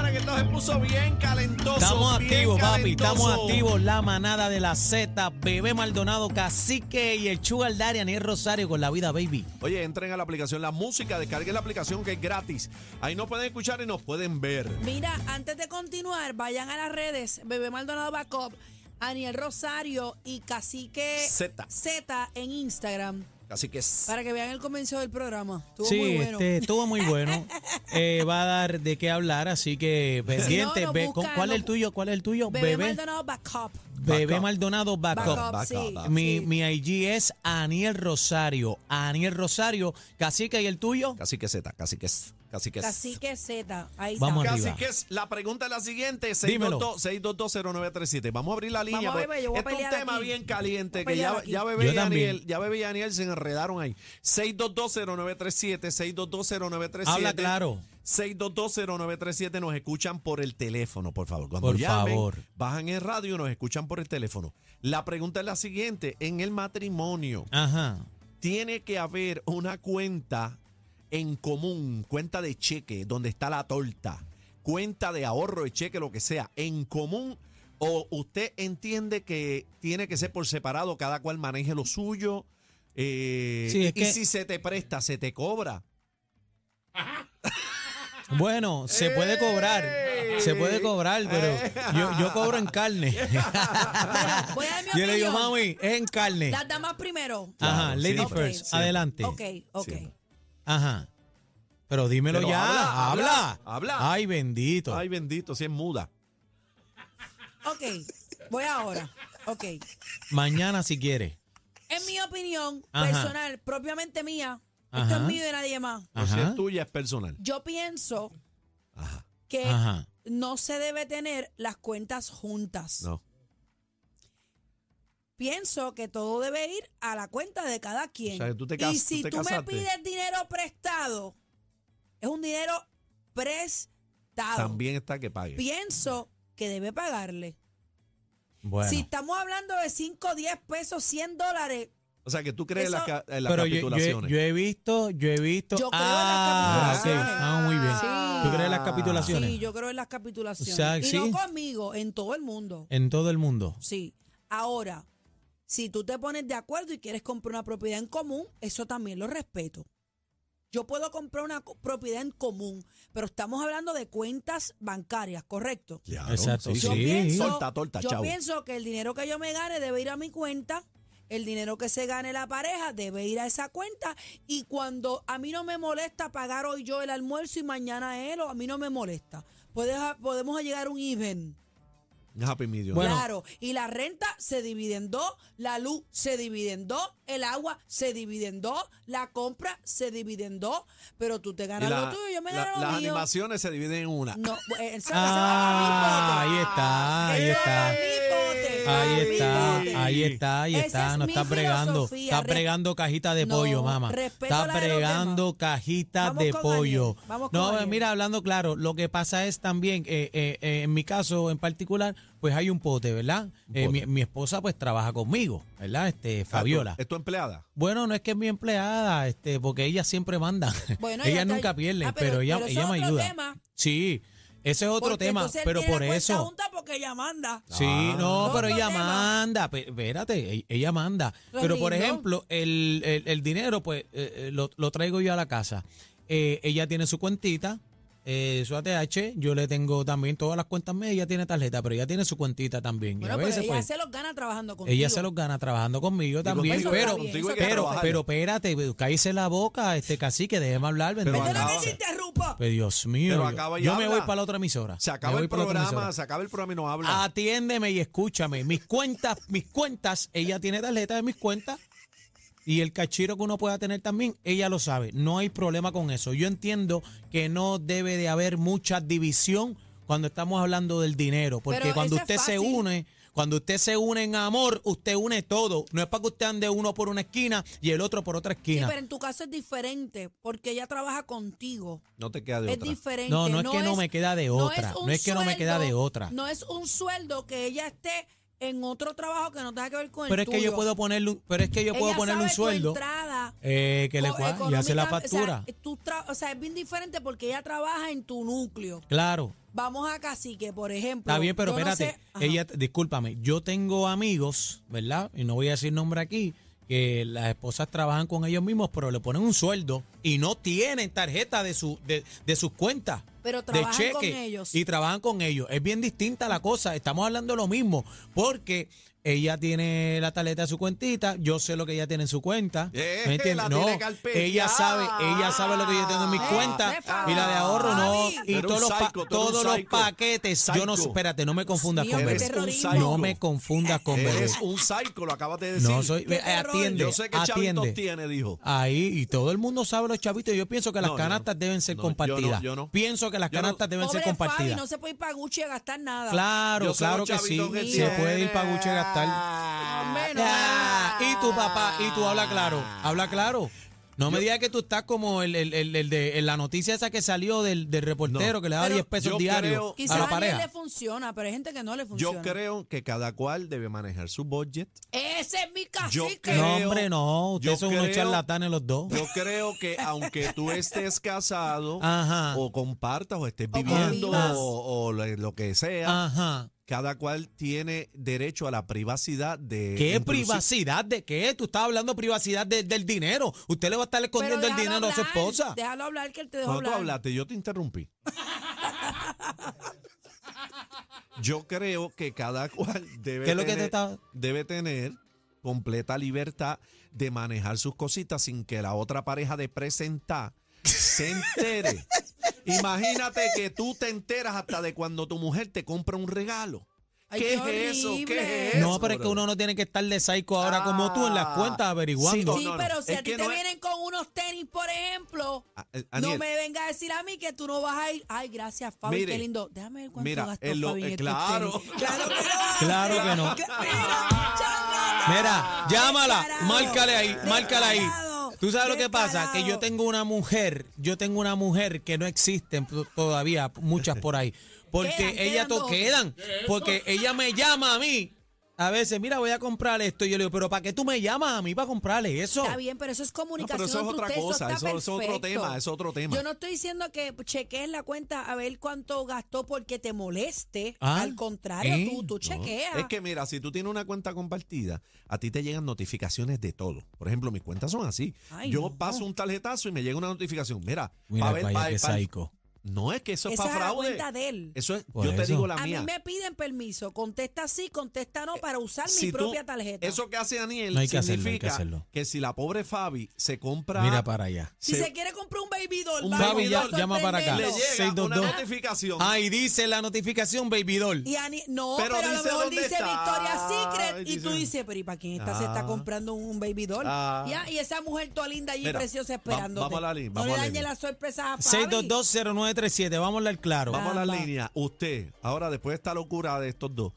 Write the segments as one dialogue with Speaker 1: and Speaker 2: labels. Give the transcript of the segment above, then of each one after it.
Speaker 1: Coquito se puso bien calentoso.
Speaker 2: Estamos
Speaker 1: bien
Speaker 2: activos, papi, estamos
Speaker 1: calentoso.
Speaker 2: activos. La manada de la Z, Bebé Maldonado, Cacique y el Sugar Daddy, Aniel Rosario con la vida, baby.
Speaker 1: Oye, entren a la aplicación La Música, descarguen la aplicación que es gratis. Ahí nos pueden escuchar y nos pueden ver.
Speaker 3: Mira, antes de continuar, vayan a las redes Bebé Maldonado Backup, Aniel Rosario y Cacique
Speaker 1: Zeta.
Speaker 3: Zeta en Instagram
Speaker 1: Así que s-
Speaker 3: para que vean el comienzo del programa. Estuvo
Speaker 2: sí,
Speaker 3: muy bueno.
Speaker 2: este, estuvo muy bueno. Eh, va a dar de qué hablar, así que pendiente.
Speaker 3: no, no,
Speaker 2: ve-
Speaker 3: busca,
Speaker 2: con- ¿Cuál es el
Speaker 3: no,
Speaker 2: tuyo? ¿Cuál es el tuyo?
Speaker 3: Bebé,
Speaker 2: Bebé,
Speaker 3: Maldonado Backup.
Speaker 2: Bebé
Speaker 1: Backup.
Speaker 2: Maldonado Backup.
Speaker 3: Backup,
Speaker 1: Backup,
Speaker 3: sí.
Speaker 1: backup.
Speaker 2: Mi,
Speaker 3: sí.
Speaker 2: mi IG es Aniel Rosario. Aniel Rosario, Cacique y el tuyo.
Speaker 1: Casi que Z, casi que s- casi que s-
Speaker 3: Cacique Z. Ahí
Speaker 2: Vamos
Speaker 3: está.
Speaker 2: arriba.
Speaker 1: Casi que es la pregunta es la siguiente,
Speaker 2: Dímelo.
Speaker 1: 622 6220937. Vamos a abrir la línea.
Speaker 3: a
Speaker 1: porque
Speaker 3: beber, yo voy a
Speaker 1: este es un
Speaker 3: pelear
Speaker 1: tema
Speaker 3: aquí.
Speaker 1: bien
Speaker 3: Voy
Speaker 1: caliente
Speaker 3: a
Speaker 1: que ya,
Speaker 3: pelear
Speaker 1: ya
Speaker 3: aquí.
Speaker 1: bebé
Speaker 2: Yo
Speaker 1: y
Speaker 2: también.
Speaker 1: Aniel, ya bebé y Aniel se enredaron ahí. 6220937, 6220937.
Speaker 2: Habla claro.
Speaker 1: 6220937 nos escuchan por el teléfono, por favor. Cuando
Speaker 2: Por
Speaker 1: llamen,
Speaker 2: favor.
Speaker 1: bajan el radio y nos escuchan por el teléfono. La pregunta es la siguiente, en el matrimonio
Speaker 2: Ajá.
Speaker 1: tiene que haber una cuenta en común, cuenta de cheque, donde está la torta, cuenta de ahorro de cheque, lo que sea, en común, o usted entiende que tiene que ser por separado, cada cual maneje lo suyo, eh,
Speaker 2: Sí, es
Speaker 1: y
Speaker 2: que-
Speaker 1: si se te presta, se te cobra.
Speaker 2: Bueno, se puede cobrar. Se puede cobrar, pero yo, yo cobro en carne.
Speaker 3: Bueno, voy a dar mi
Speaker 2: yo le digo,
Speaker 3: opinión.
Speaker 2: mami, es en carne.
Speaker 3: Las damas primero.
Speaker 2: Ajá,
Speaker 1: Claro,
Speaker 2: lady
Speaker 1: sí,
Speaker 3: Ok,
Speaker 2: first,
Speaker 3: sí.
Speaker 2: adelante.
Speaker 3: Ok, ok.
Speaker 1: Siempre.
Speaker 2: Ajá. Pero dímelo
Speaker 1: Pero
Speaker 2: ya,
Speaker 1: habla,
Speaker 2: habla,
Speaker 1: habla, habla.
Speaker 2: Ay, bendito.
Speaker 1: Ay, bendito, si es muda.
Speaker 3: Ok, voy ahora. Ok.
Speaker 2: Mañana si quiere.
Speaker 3: En mi opinión
Speaker 2: Ajá.
Speaker 3: personal, propiamente mía, esto
Speaker 2: Ajá.
Speaker 3: es mío y de nadie más.
Speaker 1: No, Si
Speaker 2: Ajá.
Speaker 1: es tuya, es personal.
Speaker 3: Yo pienso
Speaker 1: Ajá.
Speaker 3: que
Speaker 2: Ajá.
Speaker 3: no se debe tener las cuentas juntas.
Speaker 1: No.
Speaker 3: Pienso que todo debe ir a la cuenta de cada quien.
Speaker 1: O sea, que tú te cas-
Speaker 3: y si
Speaker 1: tú
Speaker 3: tú,
Speaker 1: te casaste.
Speaker 3: me pides dinero prestado, es un dinero prestado.
Speaker 1: También está que pague.
Speaker 3: Pienso que debe pagarle.
Speaker 2: Bueno.
Speaker 3: Si estamos hablando de 5, 10 pesos, 100 dólares,
Speaker 1: O sea, que tú crees en
Speaker 3: Eso-
Speaker 1: las, ca- en las
Speaker 2: pero yo- yo, he-
Speaker 1: capitulaciones.
Speaker 2: yo he visto, yo he visto.
Speaker 3: Yo creo en las
Speaker 2: ah, ok.
Speaker 3: capitulaciones.
Speaker 2: Ah, muy bien.
Speaker 3: Sí.
Speaker 2: ¿Tú crees en las capitulaciones?
Speaker 3: sí, yo creo en las capitulaciones.
Speaker 2: O sea,
Speaker 3: y
Speaker 2: sí.
Speaker 3: no conmigo, en todo el mundo.
Speaker 2: En todo el mundo.
Speaker 3: Sí. Ahora, si tú te pones de acuerdo y quieres comprar una propiedad en común, eso también lo respeto. Yo puedo comprar una co- propiedad en común, pero estamos hablando de cuentas bancarias, ¿correcto?
Speaker 1: Claro,
Speaker 2: Exacto,
Speaker 3: Yo
Speaker 2: sí.
Speaker 3: pienso,
Speaker 1: Torta, torta,
Speaker 3: yo
Speaker 1: chao.
Speaker 3: pienso que el dinero que yo me gane debe ir a mi cuenta, el dinero que se gane la pareja debe ir a esa cuenta y cuando a mí no me molesta pagar hoy yo el almuerzo y mañana él o a mí no me molesta. Puedes- podemos llegar a un even.
Speaker 1: Happy medium.
Speaker 2: Bueno.
Speaker 3: Claro, y la renta se divide en dos, la luz se divide en dos, el agua se divide en dos, la compra se divide en dos, pero tú te ganas
Speaker 1: Y la-
Speaker 3: lo tuyo, yo me
Speaker 1: la-
Speaker 3: gano
Speaker 1: las
Speaker 3: lo mío.
Speaker 1: animaciones se dividen en una.
Speaker 3: No, eh, esa- esa
Speaker 2: Ah,
Speaker 3: va a mi
Speaker 2: ahí
Speaker 3: bote.
Speaker 2: está, ahí
Speaker 3: Esa va
Speaker 2: está.
Speaker 3: a mi bote, va a
Speaker 2: Ahí
Speaker 3: mi
Speaker 2: está,
Speaker 3: bote.
Speaker 2: ahí está, ahí
Speaker 3: Esa
Speaker 2: está.
Speaker 3: es
Speaker 2: no
Speaker 3: mi
Speaker 2: está bregando.
Speaker 3: filosofía.
Speaker 2: Está
Speaker 3: Re-
Speaker 2: bregando cajita de
Speaker 3: No,
Speaker 2: pollo, mamá.
Speaker 3: respeto
Speaker 2: Está
Speaker 3: la de los
Speaker 2: bregando cajita
Speaker 3: Vamos
Speaker 2: de
Speaker 3: con
Speaker 2: pollo.
Speaker 3: Daniel, vamos con
Speaker 2: no, eh,
Speaker 3: Daniel.
Speaker 2: mira, hablando claro, lo que pasa es también, eh, eh, eh, en mi caso en particular, pues hay un pote, ¿verdad? Eh,
Speaker 1: pote.
Speaker 2: mi, mi esposa pues trabaja conmigo, ¿verdad? Este,
Speaker 1: Ah, ¿tú-
Speaker 2: Fabiola.
Speaker 1: ¿Es tu empleada?
Speaker 2: Bueno, no es que es mi empleada, este, porque ella siempre manda.
Speaker 3: Bueno,
Speaker 2: ella
Speaker 3: ya está.
Speaker 2: nunca pierde,
Speaker 3: Ah,
Speaker 2: pero, ella,
Speaker 3: eso
Speaker 2: ella
Speaker 3: es
Speaker 2: me
Speaker 3: otro
Speaker 2: ayuda.
Speaker 3: tema,
Speaker 2: Sí, ese es otro
Speaker 3: porque
Speaker 2: tema,
Speaker 3: entonces él
Speaker 2: pero
Speaker 3: tiene
Speaker 2: por
Speaker 3: la cuenta
Speaker 2: eso.
Speaker 3: junta porque ella manda.
Speaker 2: Sí,
Speaker 1: Ah.
Speaker 2: no, pero
Speaker 3: Otro
Speaker 2: ella
Speaker 3: tema.
Speaker 2: manda, pe- espérate, e- ella manda.
Speaker 3: Lo
Speaker 2: Pero por
Speaker 3: lindo.
Speaker 2: ejemplo, el, el- el dinero, pues eh, eh, lo, lo traigo yo a la casa. Eh, ella tiene su cuentita, eh, su ATH, yo le tengo también todas las cuentas mías, ella tiene tarjeta, pero ella tiene su cuentita también. Y
Speaker 3: Bueno,
Speaker 2: a
Speaker 3: pero
Speaker 2: veces,
Speaker 3: ella
Speaker 2: pues,
Speaker 3: se los gana trabajando contigo.
Speaker 2: ella se los gana trabajando conmigo también,
Speaker 1: contigo-
Speaker 2: pero,
Speaker 3: contigo
Speaker 1: hay que
Speaker 2: pero,
Speaker 1: trabajar.
Speaker 2: pero espérate, cállese la boca, este cacique, déjeme hablar, bendito.
Speaker 1: acaba-
Speaker 3: Perdóname si interrumpo.
Speaker 2: Pues, Dios mío,
Speaker 1: Pero
Speaker 2: yo-
Speaker 1: acaba y
Speaker 2: yo, me
Speaker 1: habla.
Speaker 2: voy para la otra emisora.
Speaker 1: Se
Speaker 2: Me
Speaker 1: acaba
Speaker 2: voy
Speaker 1: el
Speaker 2: para la otra
Speaker 1: programa,
Speaker 2: emisora. Ah,
Speaker 1: se acaba el programa y no habla.
Speaker 2: Atiéndeme y escúchame. Mis cuentas, mis cuentas, ella tiene tarjeta de mis cuentas. Y el cachiro que uno pueda tener también, ella lo sabe. No hay problema con eso. Yo entiendo que no debe de haber mucha división cuando estamos hablando del dinero. Porque
Speaker 3: Pero
Speaker 2: cuando
Speaker 3: eso es
Speaker 2: usted se
Speaker 3: fácil.
Speaker 2: une, cuando usted se une en amor, usted une todo. No es para que usted ande uno por una esquina y el otro por otra
Speaker 3: Sí,
Speaker 2: esquina.
Speaker 3: pero en tu caso es diferente porque ella trabaja contigo.
Speaker 1: no te queda de
Speaker 3: es
Speaker 1: otra.
Speaker 3: diferente.
Speaker 2: No, no es que no me queda de otra,
Speaker 3: un
Speaker 2: no es que no me queda de otra.
Speaker 3: No es un sueldo que ella esté en otro trabajo que no tenga que ver con
Speaker 2: Pero
Speaker 3: el
Speaker 2: es que yo
Speaker 3: tuyo.
Speaker 2: puedo ponerle un, pero es que yo puedo
Speaker 3: Ella
Speaker 2: ponerle un
Speaker 3: sabe tu
Speaker 2: sueldo
Speaker 3: entrada
Speaker 2: eh, que le
Speaker 3: co-
Speaker 2: cua- y hace la
Speaker 3: económica, o sea,
Speaker 2: factura.
Speaker 3: tú tra- o sea, es bien diferente porque ella trabaja en tu núcleo.
Speaker 2: Claro,
Speaker 3: Vamos a Cacique, por ejemplo.
Speaker 2: Está bien, pero
Speaker 3: yo no
Speaker 2: espérate.
Speaker 3: sé- Ajá.
Speaker 2: ella, discúlpame, yo tengo amigos, ¿verdad? Y no voy a decir nombre aquí, que las esposas trabajan con ellos mismos, pero le ponen un sueldo y no tienen tarjeta de, su, de, de sus cuentas.
Speaker 3: Pero
Speaker 2: de
Speaker 3: trabajan
Speaker 2: cheque
Speaker 3: con ellos.
Speaker 2: y trabajan con ellos. Es bien distinta la cosa, estamos hablando lo mismo, porque ella tiene la tarjeta de su cuentita, yo sé lo que ella tiene en su cuenta.
Speaker 1: Eh,
Speaker 2: ¿Me entiendes?
Speaker 1: la
Speaker 2: No,
Speaker 1: tiene carpeteada.
Speaker 2: ella sabe, ella sabe lo que yo tengo en mis
Speaker 3: Eh,
Speaker 2: cuentas
Speaker 3: Rafa,
Speaker 2: y la de ahorro no.
Speaker 3: Javi.
Speaker 1: Tú
Speaker 2: Y
Speaker 1: eres
Speaker 2: todos
Speaker 1: un
Speaker 2: los, pa-
Speaker 1: psycho, tú eres un
Speaker 2: todos los
Speaker 1: psycho.
Speaker 2: paquetes. Yo no,
Speaker 1: Psycho.
Speaker 2: espérate, no me confundas
Speaker 3: mío,
Speaker 2: con
Speaker 3: qué
Speaker 2: bebé.
Speaker 3: terrorismo.
Speaker 2: No me confundas con bebé.
Speaker 1: Eres un psycho, lo acabas de decir.
Speaker 2: No soy,
Speaker 3: Qué
Speaker 2: eh,
Speaker 3: terror.
Speaker 2: atiende,
Speaker 1: Yo sé que
Speaker 2: atiende.
Speaker 1: chavitos tiene, dijo.
Speaker 2: Ahí, y todo el mundo sabe los chavitos. Yo pienso que las
Speaker 1: No, yo
Speaker 2: canastas
Speaker 1: no.
Speaker 2: deben ser
Speaker 1: No, yo no,
Speaker 2: compartidas.
Speaker 1: yo no.
Speaker 2: Pienso que las
Speaker 1: Yo no.
Speaker 2: canastas deben
Speaker 3: Pobre
Speaker 2: ser compartidas.
Speaker 3: Fabi, no se puede ir para Gucci a gastar nada.
Speaker 2: Claro,
Speaker 1: Yo sé
Speaker 2: claro
Speaker 1: los
Speaker 2: que sí.
Speaker 1: chavitos que
Speaker 2: Se
Speaker 1: tiene.
Speaker 2: puede ir para Gucci a gastar.
Speaker 3: Hombre, no.
Speaker 2: Ah, y tu papá, y tú habla claro, habla claro. No me digas que tú estás como el, el- el- el de en la noticia esa que salió del, del reportero
Speaker 1: No.
Speaker 2: que le da
Speaker 3: Pero
Speaker 2: 10 pesos
Speaker 1: yo
Speaker 2: diarios
Speaker 1: creo-
Speaker 3: Quizás
Speaker 2: a
Speaker 3: a,
Speaker 2: la
Speaker 3: alguien
Speaker 2: pareja.
Speaker 3: le funciona, pero hay gente que no le funciona.
Speaker 1: Yo creo que cada cual debe manejar su budget.
Speaker 3: Ese es mi
Speaker 1: Yo
Speaker 3: cacique.
Speaker 1: creo-
Speaker 2: No, hombre, no. Ustedes
Speaker 1: yo
Speaker 2: son unos
Speaker 1: creo-
Speaker 2: charlatanes los dos.
Speaker 1: Yo creo que aunque tú estés casado
Speaker 2: Ajá.
Speaker 1: o compartas o estés
Speaker 3: O
Speaker 1: viviendo
Speaker 3: convivas.
Speaker 1: o, o lo, lo que
Speaker 2: Ah.
Speaker 1: sea,
Speaker 2: Ajá.
Speaker 1: cada cual tiene derecho a la privacidad de...
Speaker 2: ¿Qué
Speaker 1: inclusi-
Speaker 2: privacidad de qué? Tú estás hablando privacidad de- del dinero. Usted le va a estar
Speaker 3: Pero
Speaker 2: escondiendo el
Speaker 3: déjalo
Speaker 2: dinero a su
Speaker 3: hablar,
Speaker 2: esposa.
Speaker 3: Déjalo hablar que él te dejó
Speaker 1: Cuando tú
Speaker 3: hablar.
Speaker 1: hablaste, yo te interrumpí. Yo creo que cada cual debe,
Speaker 2: ¿Qué es lo que te
Speaker 1: tener-
Speaker 2: está-
Speaker 1: debe tener completa libertad de manejar sus cositas sin que la otra pareja de presentar se entere. Imagínate que tú te enteras hasta de cuando tu mujer te compra un regalo.
Speaker 3: Ay,
Speaker 1: ¿Qué,
Speaker 3: qué
Speaker 1: es eso? ¿Qué
Speaker 3: horrible.
Speaker 1: es eso?
Speaker 2: No, pero es que
Speaker 1: bro?
Speaker 2: uno no tiene que estar de psycho ahora como tú en las
Speaker 1: Ah.
Speaker 2: cuentas averiguando.
Speaker 1: no,
Speaker 3: sí,
Speaker 1: no, no.
Speaker 3: pero si
Speaker 1: Es
Speaker 3: a ti
Speaker 1: que
Speaker 3: te
Speaker 1: no es-
Speaker 3: vienen con unos tenis, por ejemplo,
Speaker 1: A- eh, Aniel,
Speaker 3: no me venga a decir a mí que tú no vas a ir. Ay, gracias, Fabi,
Speaker 1: Mire,
Speaker 3: qué lindo. Déjame ver cuánto
Speaker 1: mira,
Speaker 3: gastó
Speaker 1: en lo-
Speaker 3: Fabi en
Speaker 1: eh,
Speaker 3: estos
Speaker 1: claro.
Speaker 3: tenis. Claro que no.
Speaker 2: Claro que no.
Speaker 3: Mira, charlatán.
Speaker 2: Mira, llámala,
Speaker 3: Descarado.
Speaker 2: márcale ahí, márcale ahí.
Speaker 3: Descarado.
Speaker 2: Tú sabes lo que pasa, que
Speaker 3: Descarado.
Speaker 2: yo tengo una mujer, yo tengo una mujer que no existen to- todavía, muchas por ahí, porque
Speaker 3: Quedan,
Speaker 2: ella
Speaker 3: quedan
Speaker 2: to-
Speaker 3: dos.
Speaker 2: quedan, porque ella me llama a mí. A veces, mira, voy a comprar esto y yo le digo, pero ¿para qué tú me llamas a mí para comprarle eso?
Speaker 3: Está bien, pero eso es
Speaker 1: No,
Speaker 3: comunicación.
Speaker 1: pero eso es
Speaker 3: entre
Speaker 1: otra
Speaker 3: ustedes,
Speaker 1: cosa,
Speaker 3: está
Speaker 1: eso, eso es otro
Speaker 3: perfecto.
Speaker 1: tema, es otro tema.
Speaker 3: Yo no estoy diciendo que chequees la cuenta a ver cuánto gastó porque te moleste.
Speaker 2: Ah,
Speaker 3: Al contrario,
Speaker 2: eh,
Speaker 3: tú, tú
Speaker 1: No,
Speaker 3: chequeas.
Speaker 1: Es que mira, si tú tienes una cuenta compartida, a ti te llegan notificaciones de todo. Por ejemplo, mis cuentas son así.
Speaker 3: Ay,
Speaker 1: Yo
Speaker 3: no.
Speaker 1: paso un tarjetazo y me llega una notificación. Mira,
Speaker 2: Mira,
Speaker 1: pa' ver-
Speaker 2: vaya
Speaker 1: pa-
Speaker 2: que
Speaker 1: pa-
Speaker 2: psycho.
Speaker 1: No es que eso es
Speaker 3: Esa
Speaker 1: para
Speaker 3: es la
Speaker 1: fraude.
Speaker 3: cuenta de él.
Speaker 1: Eso es,
Speaker 2: Por
Speaker 1: yo te
Speaker 2: eso.
Speaker 1: digo la
Speaker 3: a
Speaker 1: mía. Eh,
Speaker 3: mí me piden permiso. Contesta sí, contesta no para usar
Speaker 1: Si
Speaker 3: mi
Speaker 1: tú-
Speaker 3: propia tarjeta.
Speaker 1: Eso que hace Daniel
Speaker 2: No hay que hacerlo, hay que
Speaker 1: significa
Speaker 2: hacerlo.
Speaker 1: que si la pobre Fabi se compra
Speaker 2: Mira para allá.
Speaker 3: si
Speaker 1: se-
Speaker 3: se quiere comprar un baby doll,
Speaker 1: Un
Speaker 3: vaya,
Speaker 1: baby
Speaker 3: va a
Speaker 2: doll, llama para acá. Ah,
Speaker 1: le
Speaker 3: sorprenderlo.
Speaker 1: llega una
Speaker 2: 622.
Speaker 1: notificación.
Speaker 2: Ahí dice la notificación, baby doll.
Speaker 3: Y Ani- no, pero,
Speaker 1: Pero
Speaker 3: a lo
Speaker 1: dice
Speaker 3: mejor
Speaker 1: dónde
Speaker 3: dice
Speaker 1: está.
Speaker 3: Victoria's Secret
Speaker 1: Ay,
Speaker 3: y tú
Speaker 1: dice-
Speaker 3: dices, pero ¿y para quién esta se está
Speaker 1: Ah.
Speaker 3: comprando un baby doll?
Speaker 1: Ah.
Speaker 3: Ya, y esa mujer toda linda allí
Speaker 1: Mira,
Speaker 3: preciosa
Speaker 1: va-
Speaker 3: esperando.
Speaker 1: vamos a la línea,
Speaker 3: No
Speaker 1: vamos
Speaker 3: le
Speaker 1: a la
Speaker 3: dañe
Speaker 1: línea.
Speaker 3: la sorpresa a Fabi.
Speaker 2: 6220937, vamos a hablar claro.
Speaker 1: Vamos a la
Speaker 3: Caramba.
Speaker 1: línea. Usted, ahora después de esta locura de estos dos,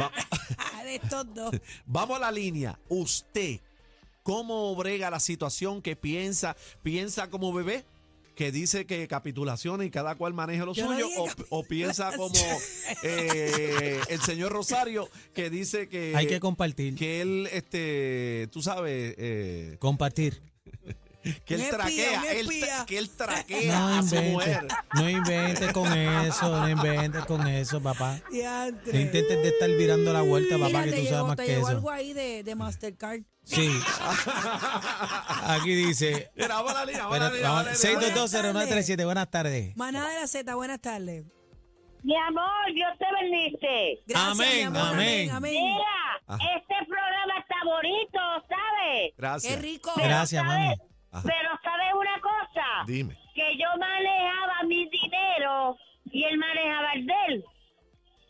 Speaker 1: va-
Speaker 3: Ah, de estos dos.
Speaker 1: Vamos a la línea. Usted, ¿cómo brega la situación que piensa? ¿Piensa como bebé? Que dice que capitulaciones y cada cual maneja lo
Speaker 3: Yo no
Speaker 1: suyo.
Speaker 3: dije
Speaker 1: o- o, piensa como eh, el señor Rosario, que dice que,
Speaker 2: Hay que compartir,
Speaker 1: que él, este, tú sabes, eh,
Speaker 2: compartir.
Speaker 1: que él
Speaker 3: Un espía,
Speaker 1: traquea,
Speaker 3: un
Speaker 1: él tra-
Speaker 3: espía.
Speaker 1: que él traquea
Speaker 2: No
Speaker 1: a su
Speaker 2: inventes,
Speaker 1: mujer.
Speaker 2: no inventes con eso, no inventes con eso, papá.
Speaker 3: Diantre.
Speaker 2: No intentes de estar virando la vuelta,
Speaker 3: Mira,
Speaker 2: papá, que
Speaker 3: te
Speaker 2: tú sabes
Speaker 3: llegó-
Speaker 2: más
Speaker 3: te
Speaker 2: que
Speaker 3: llegó
Speaker 2: eso.
Speaker 3: algo ahí de, de Mastercard.
Speaker 2: Sí. Aquí dice,
Speaker 1: Mira, vamos a la línea, vamos a la
Speaker 2: espérate,
Speaker 1: línea,
Speaker 2: vamos,
Speaker 1: vamos a la línea.
Speaker 2: 6220937, buenas tardes.
Speaker 3: Manada de la Z, buenas tardes.
Speaker 4: Mi amor, Dios te bendice.
Speaker 3: Gracias,
Speaker 2: Amén,
Speaker 3: mi amor,
Speaker 2: amén.
Speaker 4: Mira,
Speaker 1: Ajá.
Speaker 4: este programa está bonito, ¿sabes?
Speaker 3: Qué
Speaker 1: Gracias.
Speaker 3: rico.
Speaker 4: Pero
Speaker 2: Gracias,
Speaker 4: ¿sabes?
Speaker 2: mami.
Speaker 1: Ajá.
Speaker 4: Pero ¿sabes una cosa?
Speaker 1: Dime.
Speaker 4: Que yo manejaba mi dinero y él manejaba el de él.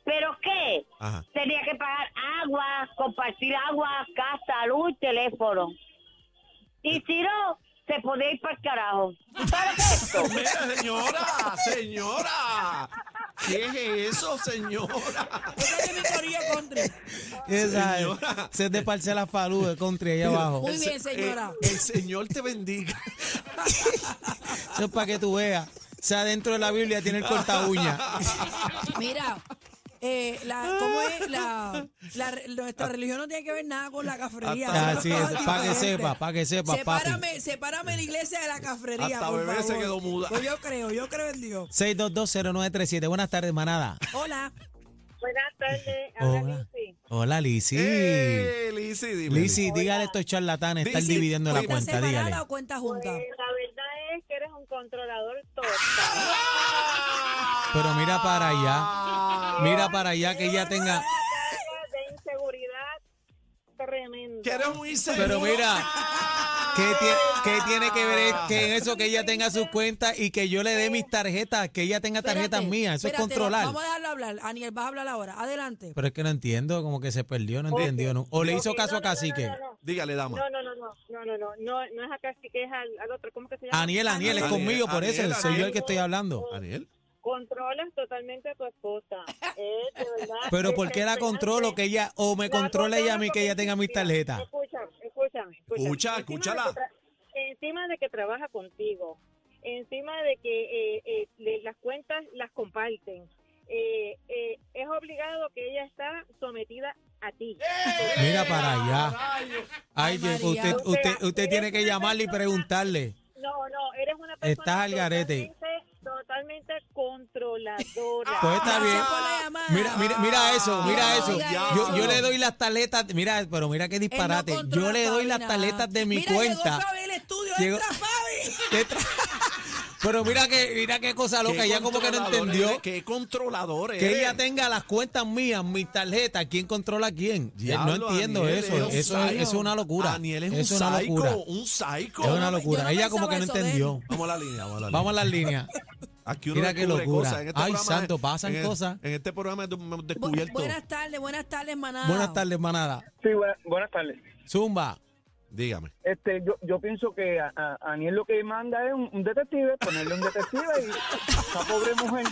Speaker 4: ¿Pero qué?
Speaker 1: Ajá.
Speaker 4: Tenía que pagar agua, compartir agua, casa, luz, teléfono. Y si no, se podía ir para el carajo. ¿Sabes esto?
Speaker 1: Mira, señora, señora. ¿Qué es eso, señora?
Speaker 3: Esa es mi corillo country.
Speaker 2: Esa es,
Speaker 1: Señora.
Speaker 2: se te parce la falú de country allá abajo.
Speaker 3: Muy bien, señora.
Speaker 1: Eh, el Señor te bendiga.
Speaker 2: Eso es para que tú veas. O sea, dentro de la Biblia tiene el corta uña.
Speaker 3: Mira, eh, la, ¿cómo es? La, la- nuestra religión no tiene que ver nada con la cafrería.
Speaker 1: Hasta-
Speaker 3: Son
Speaker 2: Así
Speaker 3: cosas
Speaker 2: es, pa' que
Speaker 3: diferentes.
Speaker 2: sepa, pa' que sepa, papi.
Speaker 3: Sepárame, sepárame la iglesia de la cafrería.
Speaker 1: Hasta
Speaker 3: por
Speaker 1: bebé se
Speaker 3: favor.
Speaker 1: quedó muda.
Speaker 3: Pues yo creo, yo creo en Dios.
Speaker 2: 6220937. Buenas tardes, manada.
Speaker 3: Hola.
Speaker 4: Buenas tardes,
Speaker 2: habla Hola. Hola, Lisi.
Speaker 1: Eh, Lizzy, dime.
Speaker 2: Lisi, dígale a estos charlatanes, están
Speaker 1: Lizzy,
Speaker 2: dividiendo la
Speaker 1: oye,
Speaker 3: ¿Cuenta
Speaker 2: cuenta,
Speaker 3: separada
Speaker 2: dígale.
Speaker 3: o cuenta junta?
Speaker 4: Eh, verdad es que eres un controlador total.
Speaker 1: Ah.
Speaker 2: Pero mira para allá. Mira para allá que ella tenga.
Speaker 4: de inseguridad tremenda.
Speaker 1: Que eres Ah. un inseguro.
Speaker 2: Pero mira, ¿qué, tie- qué tiene que ver es- que en eso que ella tenga sus cuentas y que yo le dé mis tarjetas, que ella tenga tarjetas
Speaker 3: Espérate,
Speaker 2: mías? Eso
Speaker 3: espérate,
Speaker 2: es controlar. Pues
Speaker 3: Vamos a dejarlo hablar. Aniel, vas a hablar ahora. Adelante.
Speaker 2: Pero es que no entiendo, como que se perdió, no entendió. ¿no? O le hizo caso a Cacique.
Speaker 1: Dígale, dama.
Speaker 4: No, no, no, no, no, no, no, no, no es acá, sí que es al, al otro, ¿cómo que se llama?
Speaker 2: Aniel, Aniel, es
Speaker 1: Aniel,
Speaker 2: conmigo, por eso
Speaker 1: Aniel,
Speaker 2: soy yo el
Speaker 1: Aniel.
Speaker 2: que estoy hablando.
Speaker 1: Daniel.
Speaker 4: Controlas totalmente a tu esposa. Eh, de verdad,
Speaker 2: Pero
Speaker 4: es
Speaker 2: ¿por qué la
Speaker 4: desesperante.
Speaker 2: controlo? Que ella, o me
Speaker 4: La
Speaker 2: controla ella a mí
Speaker 4: controlas
Speaker 2: que ella
Speaker 4: porque-
Speaker 2: tenga mis
Speaker 4: mira,
Speaker 2: tarjetas.
Speaker 4: Escúchame, escúchame, escúchame.
Speaker 1: Escucha,
Speaker 4: Encima de
Speaker 1: escúchala.
Speaker 4: que tra- Encima de que trabaja contigo, encima de que eh, eh, le- las cuentas las comparten, eh, eh, es obligado que ella está sometida a ti.
Speaker 2: Mira para allá. Ay,
Speaker 3: Ay, María.
Speaker 2: usted,
Speaker 4: O sea,
Speaker 2: usted, usted
Speaker 4: eres
Speaker 2: tiene que
Speaker 4: una
Speaker 2: llamarle y
Speaker 4: persona-
Speaker 2: preguntarle.
Speaker 4: No, no, eres una persona
Speaker 2: Estás al garete.
Speaker 4: totalmente- Totalmente controladora.
Speaker 2: Pues está
Speaker 1: Ah,
Speaker 3: Gracias
Speaker 2: bien.
Speaker 3: por la llamada.
Speaker 2: Mira, mira, mira eso, mira
Speaker 3: Ah,
Speaker 2: eso.
Speaker 3: diga
Speaker 2: Yo, yo
Speaker 3: eso.
Speaker 2: le doy las taletas, mira, pero mira qué
Speaker 3: Él no
Speaker 2: disparate.
Speaker 3: controla
Speaker 2: yo le doy
Speaker 3: Fabi
Speaker 2: las
Speaker 3: nada.
Speaker 2: taletas de mi
Speaker 3: Mira,
Speaker 2: cuenta.
Speaker 3: Llegó Fabi al estudio,
Speaker 2: Llegó-
Speaker 3: entra Fabi.
Speaker 2: Te tra- pero mira que, mira qué cosa loca,
Speaker 1: Qué
Speaker 2: ella como que no
Speaker 1: controlador
Speaker 2: entendió
Speaker 1: eres, Qué controlador eres.
Speaker 2: que ella tenga las cuentas mías, mis tarjetas, quién controla a quién. Eh,
Speaker 1: Diablo,
Speaker 2: no entiendo
Speaker 1: Aniel,
Speaker 2: eso,
Speaker 1: es un
Speaker 2: eso es,
Speaker 1: psycho.
Speaker 2: eso es una locura.
Speaker 1: Aniel es,
Speaker 2: Eso
Speaker 1: un
Speaker 2: es una
Speaker 1: psycho,
Speaker 2: locura.
Speaker 1: un psycho.
Speaker 2: Es una locura.
Speaker 3: yo no
Speaker 2: ella como que no
Speaker 3: pensaba eso de él.
Speaker 2: entendió.
Speaker 1: Vamos a la línea, vamos a la línea.
Speaker 2: Vamos a las líneas.
Speaker 1: Aquí uno
Speaker 2: Mira qué
Speaker 1: descubre
Speaker 2: locura.
Speaker 1: cosas. En este
Speaker 2: Ay,
Speaker 1: programa-
Speaker 2: santo, pasan
Speaker 1: en el-
Speaker 2: cosas.
Speaker 1: En este programa hemos
Speaker 3: Bu-
Speaker 1: descubierto.
Speaker 3: buenas tardes, buenas tardes, manada.
Speaker 2: Buenas tardes, manada.
Speaker 5: Sí, buena- buenas tardes.
Speaker 2: Zumba.
Speaker 1: Dígame.
Speaker 5: Este, yo, yo pienso que a, a- a Aniel lo que manda es un, un detective, ponerle un detective y esa pobre mujer.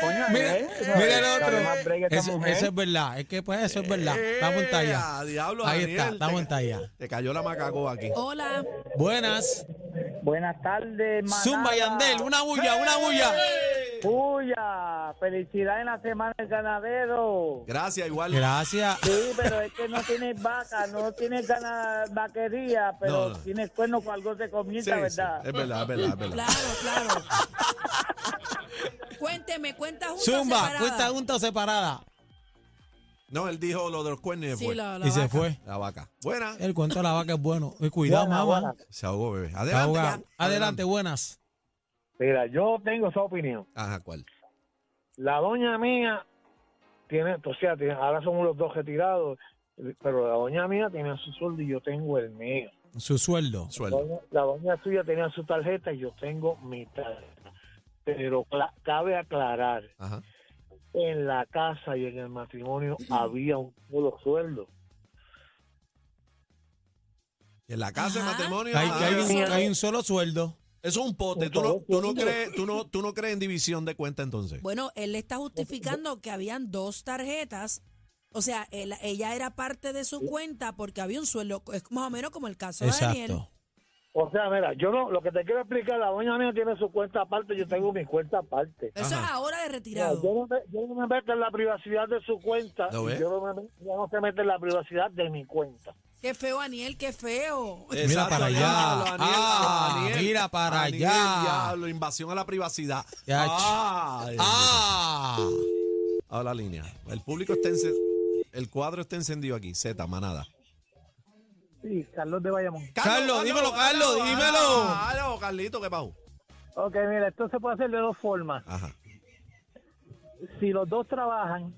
Speaker 5: Coño,
Speaker 2: Mira,
Speaker 5: ¿eh? ¿Sabes?
Speaker 2: mira el
Speaker 5: Dale más break a
Speaker 2: otro.
Speaker 5: esta
Speaker 2: Eso,
Speaker 5: mujer.
Speaker 2: eso es verdad. Es que pues eso es verdad. Estamos en talla.
Speaker 1: Eh, diablo,
Speaker 2: Ahí
Speaker 1: Daniel,
Speaker 2: está, estamos
Speaker 1: te-
Speaker 2: en talla.
Speaker 1: Te cayó la macaco aquí.
Speaker 3: Oh. Hola.
Speaker 2: Buenas.
Speaker 6: Buenas tardes, manada.
Speaker 2: Zumba Yandel. Una
Speaker 1: Eh.
Speaker 2: bulla, una bulla.
Speaker 6: Puya, felicidad en la semana del ganadero.
Speaker 1: Gracias, igual.
Speaker 2: Gracias.
Speaker 6: Sí, pero es que no tienes vaca, no tienes gana- vaquería, pero
Speaker 1: No, no.
Speaker 6: tienes cuernos con algo de
Speaker 1: Sí,
Speaker 6: comienza,
Speaker 1: sí,
Speaker 6: ¿verdad?
Speaker 2: Eh,
Speaker 1: es verdad, es verdad, es verdad.
Speaker 3: Claro, claro. Cuénteme, cuenta juntas.
Speaker 2: Zumba. Cuenta junta o separada.
Speaker 1: No, él dijo lo de los cuernos y se fue.
Speaker 3: Sí, la, la
Speaker 2: Y se
Speaker 3: vaca.
Speaker 2: fue. Eh.
Speaker 1: La vaca. Buena.
Speaker 2: El cuento de la vaca es bueno. Eh, Cuidado,
Speaker 6: Buena,
Speaker 2: mamá.
Speaker 6: buena.
Speaker 1: Se ahogó, bebé. Adelante.
Speaker 2: Adelante,
Speaker 1: ya.
Speaker 2: Adelante, buenas.
Speaker 6: Mira, yo tengo esa opinión.
Speaker 1: Ajá, ¿cuál?
Speaker 6: La doña mía tiene, o sea, ahora somos los dos retirados, pero la doña mía tenía su sueldo y yo tengo el mío.
Speaker 2: Su sueldo.
Speaker 1: Sueldo.
Speaker 6: doña- la doña suya tenía su tarjeta y yo tengo mi tarjeta. Pero cla- cabe aclarar,
Speaker 1: Ajá.
Speaker 6: en la casa y en el matrimonio había un solo sueldo.
Speaker 1: En la casa de
Speaker 3: Ajá.
Speaker 1: matrimonio.
Speaker 2: Hay,
Speaker 1: ah,
Speaker 2: hay un,
Speaker 1: eso
Speaker 2: hay un solo sueldo.
Speaker 1: es un pote. Tú no, tú, no crees, tú, no, tú no crees en división de cuenta entonces.
Speaker 3: Bueno, él le está justificando que habían dos tarjetas. O sea, él- ella era parte de su cuenta porque había un sueldo. Es más o menos como el caso de Daniel.
Speaker 2: Exacto.
Speaker 6: O sea, mira, yo no, lo que te quiero explicar, la doña mía tiene su cuenta aparte, yo tengo mi cuenta aparte.
Speaker 3: Eso
Speaker 1: Ajá.
Speaker 3: es ahora de
Speaker 6: No,
Speaker 3: retirado.
Speaker 6: yo, no me, yo no me meto en la privacidad de su cuenta,
Speaker 1: ¿Lo ves?
Speaker 6: y yo, no me, yo no se mete en la privacidad de mi cuenta.
Speaker 3: Qué feo, Daniel, qué feo.
Speaker 1: Pues
Speaker 2: Mira para allá.
Speaker 1: diablo, Aniel,
Speaker 2: Ah,
Speaker 1: Aniel,
Speaker 2: mira para
Speaker 1: Aniel,
Speaker 2: allá.
Speaker 1: diablo, invasión a la privacidad.
Speaker 2: Ya,
Speaker 1: Ah,
Speaker 2: ¡Ah!
Speaker 1: A la línea. El público está encendido. El cuadro está encendido aquí. Z, manada.
Speaker 6: Sí, Carlos de Bayamón.
Speaker 2: Carlos, dímelo, Carlos, dímelo.
Speaker 1: Carlos, Carlito, ¿qué pasó?
Speaker 6: Ok, mira, esto se puede hacer de dos formas.
Speaker 1: Ajá.
Speaker 6: Si los dos trabajan,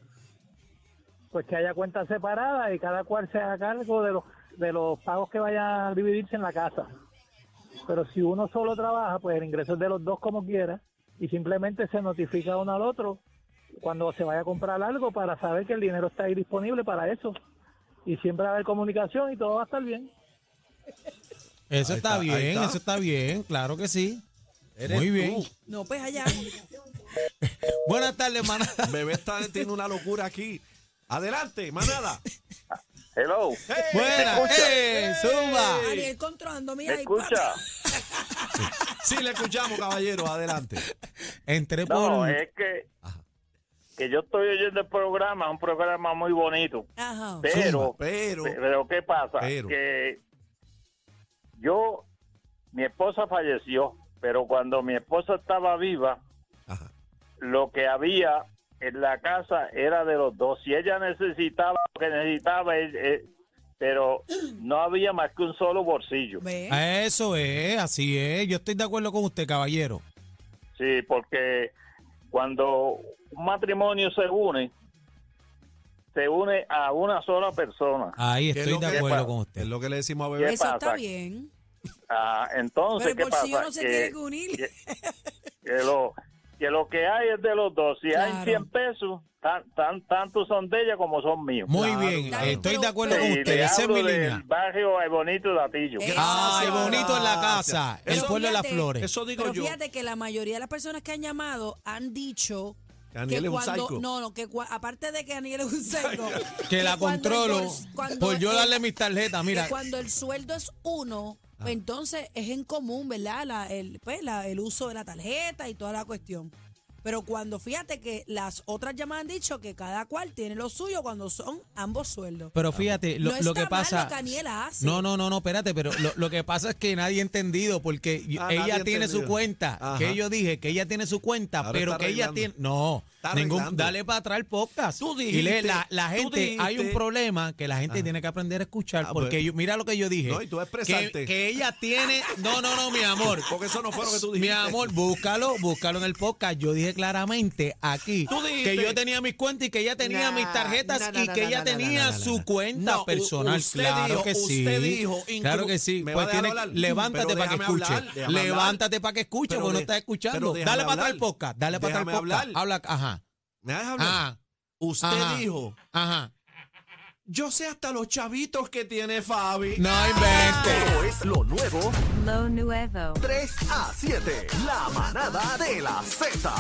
Speaker 6: pues que haya cuentas separadas y cada cual se haga cargo de los, de los pagos que vayan a dividirse en la casa. Pero si uno solo trabaja, pues el ingreso es de los dos como quiera y simplemente se notifica uno al otro cuando se vaya a comprar algo para saber que el dinero está ahí disponible para eso. Y siempre va a haber comunicación y todo va a estar bien.
Speaker 2: Eso
Speaker 1: Ahí
Speaker 2: está,
Speaker 1: está, ahí
Speaker 2: bien,
Speaker 1: está.
Speaker 2: eso está bien, claro que sí.
Speaker 1: Eres
Speaker 2: Muy bien.
Speaker 1: tú.
Speaker 3: No, pues allá.
Speaker 2: Buenas tardes, manada.
Speaker 1: Bebé está tiene una locura aquí. Adelante, manada.
Speaker 7: Hello,
Speaker 2: Buenas, eh, zumba.
Speaker 3: Daniel controlando,
Speaker 7: ¿me
Speaker 3: mira. ahí,
Speaker 7: escucha?
Speaker 1: Sí, le escuchamos, caballero. Adelante.
Speaker 2: Entré por
Speaker 7: No, es que
Speaker 5: que yo estoy oyendo el programa, es un programa muy bonito.
Speaker 3: Ajá.
Speaker 1: Zumba,
Speaker 5: Pero,
Speaker 1: pero,
Speaker 5: Pe- Pero ¿qué pasa?
Speaker 1: Pero.
Speaker 5: Que yo, mi esposa falleció, pero cuando mi esposa estaba viva,
Speaker 1: Ajá.
Speaker 5: lo que había en la casa era de los dos. Si ella necesitaba lo que necesitaba, él- él- pero no había más que un solo bolsillo.
Speaker 3: ¿Ve?
Speaker 2: Ah, Eso es, así es. Yo estoy de acuerdo con usted, caballero.
Speaker 5: Sí, porque cuando un matrimonio se une, se une a una sola persona.
Speaker 2: Ahí
Speaker 1: ¿Qué es lo
Speaker 2: estoy de
Speaker 1: que-
Speaker 2: acuerdo con
Speaker 1: Es
Speaker 2: usted.
Speaker 1: lo que le decimos a
Speaker 5: ¿Qué
Speaker 1: Bebé.
Speaker 3: Eso está
Speaker 5: pasa?
Speaker 3: bien.
Speaker 5: Ah, entonces,
Speaker 3: Pero el
Speaker 5: ¿qué
Speaker 3: bolsillo
Speaker 5: pasa?
Speaker 3: no se
Speaker 5: Que-
Speaker 3: tiene que unir.
Speaker 5: que- que lo que lo que hay es de los dos. Si hay
Speaker 3: Claro.
Speaker 5: 100 pesos, tan, tan, tantos son de ella como son míos.
Speaker 2: Muy
Speaker 1: Claro,
Speaker 2: bien,
Speaker 1: claro.
Speaker 2: estoy
Speaker 3: Pero-
Speaker 2: de acuerdo
Speaker 3: pero-
Speaker 2: con
Speaker 5: y
Speaker 2: usted.
Speaker 5: le
Speaker 2: Esa es mi
Speaker 5: hablo del
Speaker 2: línea.
Speaker 5: barrio Ay Bonito de Atillo.
Speaker 3: Eh,
Speaker 2: Ay,
Speaker 1: Gracias.
Speaker 2: bonito en la casa, el
Speaker 3: Pero
Speaker 2: pueblo de las
Speaker 3: fíjate,
Speaker 2: flores.
Speaker 1: Eso digo
Speaker 3: Pero
Speaker 1: yo.
Speaker 3: fíjate que la mayoría de las personas que han llamado han dicho
Speaker 1: Que Aniel
Speaker 3: que
Speaker 1: es un
Speaker 3: cuando,
Speaker 1: psycho.
Speaker 3: no, no, que cua- aparte de que Aniel es un psycho,
Speaker 2: que la
Speaker 3: cuando el
Speaker 2: controlo
Speaker 3: dol- cuando
Speaker 2: por yo
Speaker 3: el-
Speaker 2: darle mis tarjetas.
Speaker 3: que
Speaker 2: Mira,
Speaker 3: cuando el sueldo es uno, pues entonces es en común, ¿verdad? La- el, pues, la- el uso de la tarjeta y toda la cuestión. Pero cuando fíjate que las otras llamadas han dicho que cada cual tiene lo suyo cuando son ambos sueldos.
Speaker 2: pero fíjate, lo,
Speaker 3: no
Speaker 2: lo
Speaker 3: está
Speaker 2: que pasa.
Speaker 3: Mal lo que Aniel hace.
Speaker 2: No, no, no, no, espérate, pero lo, lo que pasa es que nadie ha entendido porque y-
Speaker 1: Ah, nadie
Speaker 2: ella
Speaker 1: ha
Speaker 2: tiene su
Speaker 1: entendido.
Speaker 2: cuenta,
Speaker 1: Ajá.
Speaker 2: que yo dije que ella tiene su cuenta,
Speaker 1: Ahora
Speaker 2: pero
Speaker 1: está
Speaker 2: que ella
Speaker 1: arreglando.
Speaker 2: tiene no,
Speaker 1: Está
Speaker 2: ningún,
Speaker 1: arreglando.
Speaker 2: dale para atrás el podcast.
Speaker 1: Tú
Speaker 2: y lee, la,
Speaker 1: dijiste,
Speaker 2: la
Speaker 1: tú
Speaker 2: gente hay un
Speaker 1: dijiste.
Speaker 2: problema que la gente
Speaker 1: Ajá.
Speaker 2: tiene que aprender a escuchar
Speaker 1: Ah,
Speaker 2: porque
Speaker 1: pues.
Speaker 2: yo- mira lo que yo dije.
Speaker 1: No, y tú
Speaker 2: que,
Speaker 1: expresaste.
Speaker 2: que ella tiene No, no, no, mi amor.
Speaker 1: Porque eso no fue lo que tú
Speaker 2: Mi
Speaker 1: dijiste.
Speaker 2: amor, búscalo, búscalo en el podcast. Yo dije claramente aquí
Speaker 1: Tú dijiste-
Speaker 2: que yo tenía mis cuentas y que ella
Speaker 1: Nah,
Speaker 2: tenía mis tarjetas
Speaker 1: nah, nah,
Speaker 2: y
Speaker 1: nah,
Speaker 2: que
Speaker 1: nah,
Speaker 2: ella
Speaker 1: nah,
Speaker 2: tenía
Speaker 1: nah, nah,
Speaker 2: su
Speaker 1: nah.
Speaker 2: cuenta
Speaker 1: No, u-
Speaker 2: personal.
Speaker 1: usted
Speaker 2: claro
Speaker 1: dijo-
Speaker 2: que sí.
Speaker 1: usted dijo, inclu-
Speaker 2: claro que sí.
Speaker 1: ¿Me va
Speaker 2: Pues
Speaker 1: a dejar
Speaker 2: tiene-
Speaker 1: hablar?
Speaker 2: levántate
Speaker 1: Pero
Speaker 2: para que
Speaker 1: déjame
Speaker 2: escuche.
Speaker 1: hablar, déjame hablar.
Speaker 2: levántate para que escuche
Speaker 1: Pero
Speaker 2: porque no
Speaker 1: de-
Speaker 2: estás
Speaker 1: pero
Speaker 2: escuchando. Dale
Speaker 1: déjame
Speaker 2: para atrás
Speaker 1: hablar.
Speaker 2: el podcast. Dale para atrás el
Speaker 1: Déjame
Speaker 2: podcast.
Speaker 1: hablar.
Speaker 2: Habla, ajá.
Speaker 1: ¿Me dejas hablar?
Speaker 2: Ajá.
Speaker 1: Usted
Speaker 2: Ah, ajá.
Speaker 1: dijo,
Speaker 2: Ajá.
Speaker 1: yo sé hasta los chavitos que tiene Fabi.
Speaker 2: No inventes.
Speaker 7: Esto es lo nuevo
Speaker 8: Lo nuevo.
Speaker 7: 3 a 7. La manada de la Z.